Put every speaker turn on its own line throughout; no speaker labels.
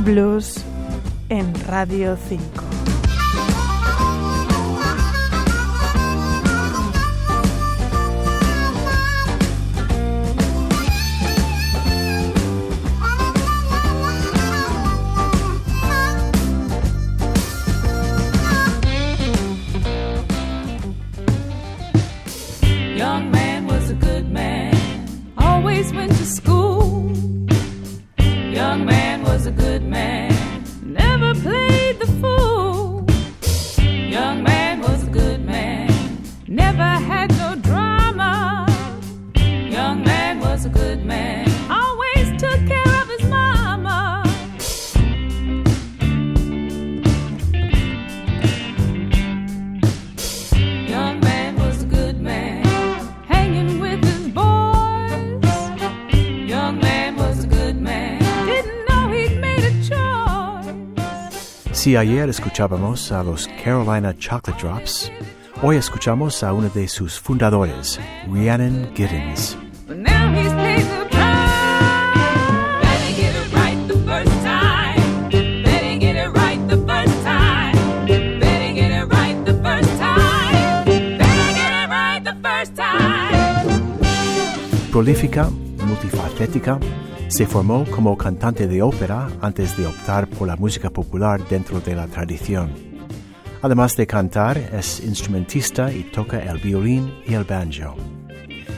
Blues en Radio 5.
Young man was a good man, always went to school. Young man was a good man, never played the fool. Young man was a good man, never had no drama. Young man was a good man, always took care of his mama. Young man was a good man, hanging with his boys. Young man was a good man, didn't know he'd made a choice.
Si ayer escuchábamos a los Carolina Chocolate Drops, hoy escuchamos a uno de sus fundadores, Rhiannon Giddens.
But now he's paid the price. Better get it right the first time. Better get it right the first time. Better get it right the first time. Better get it right the first time.
Prolífica, multifacética, se formó como cantante de ópera antes de optar por la música popular dentro de la tradición. Además de cantar, es instrumentista y toca el violín y el banjo.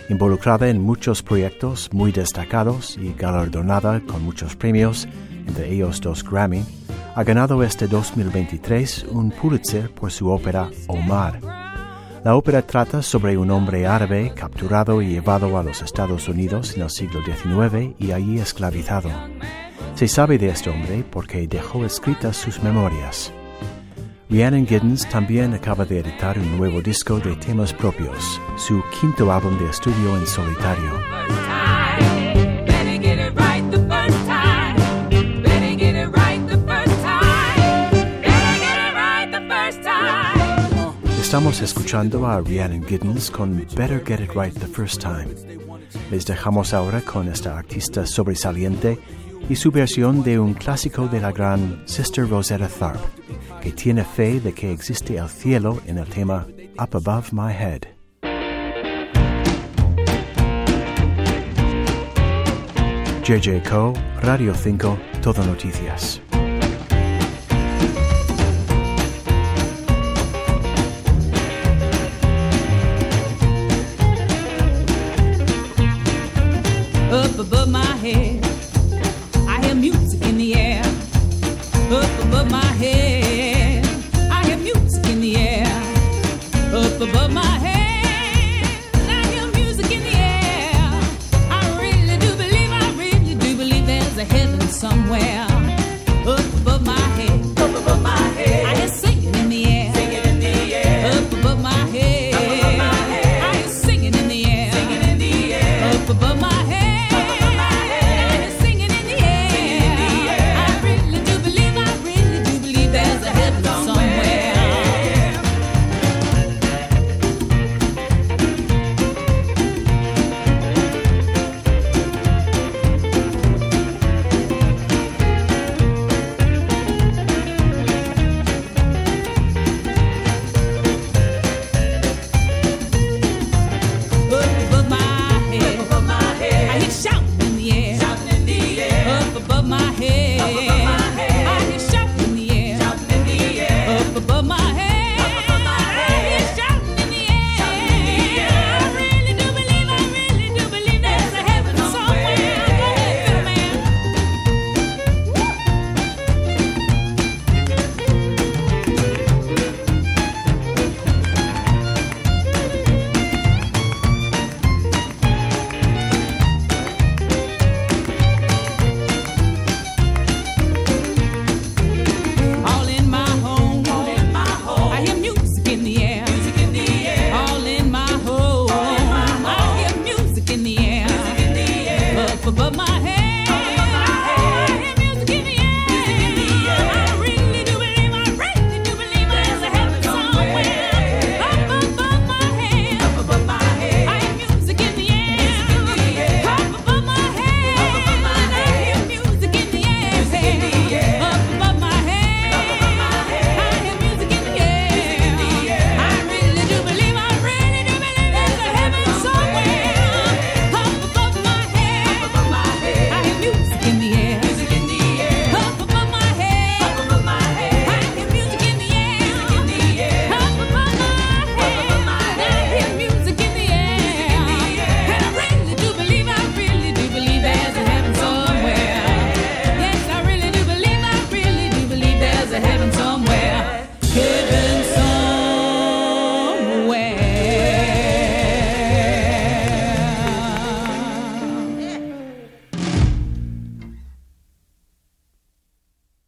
Involucrada en muchos proyectos muy destacados y galardonada con muchos premios, entre ellos dos Grammy, ha ganado este 2023 un Pulitzer por su ópera Omar. La ópera trata sobre un hombre árabe capturado y llevado a los Estados Unidos en el siglo XIX y allí esclavizado. Se sabe de este hombre porque dejó escritas sus memorias. Rhiannon Giddens también acaba de editar un nuevo disco de temas propios, su quinto álbum de estudio en solitario.
Better get it right the first time. Better get it right the first time. Better get it right the first time.
Estamos escuchando a Rhiannon Giddens con Better Get It Right the First Time. Les dejamos ahora con esta artista sobresaliente y su versión de un clásico de la gran Sister Rosetta Tharpe, que tiene fe de que existe el cielo en el tema Up Above My Head. JJ Co, Radio 5, Todo Noticias.
up above my head. I hear music in the air. Up above my head. I hear music in the air. Up above my head.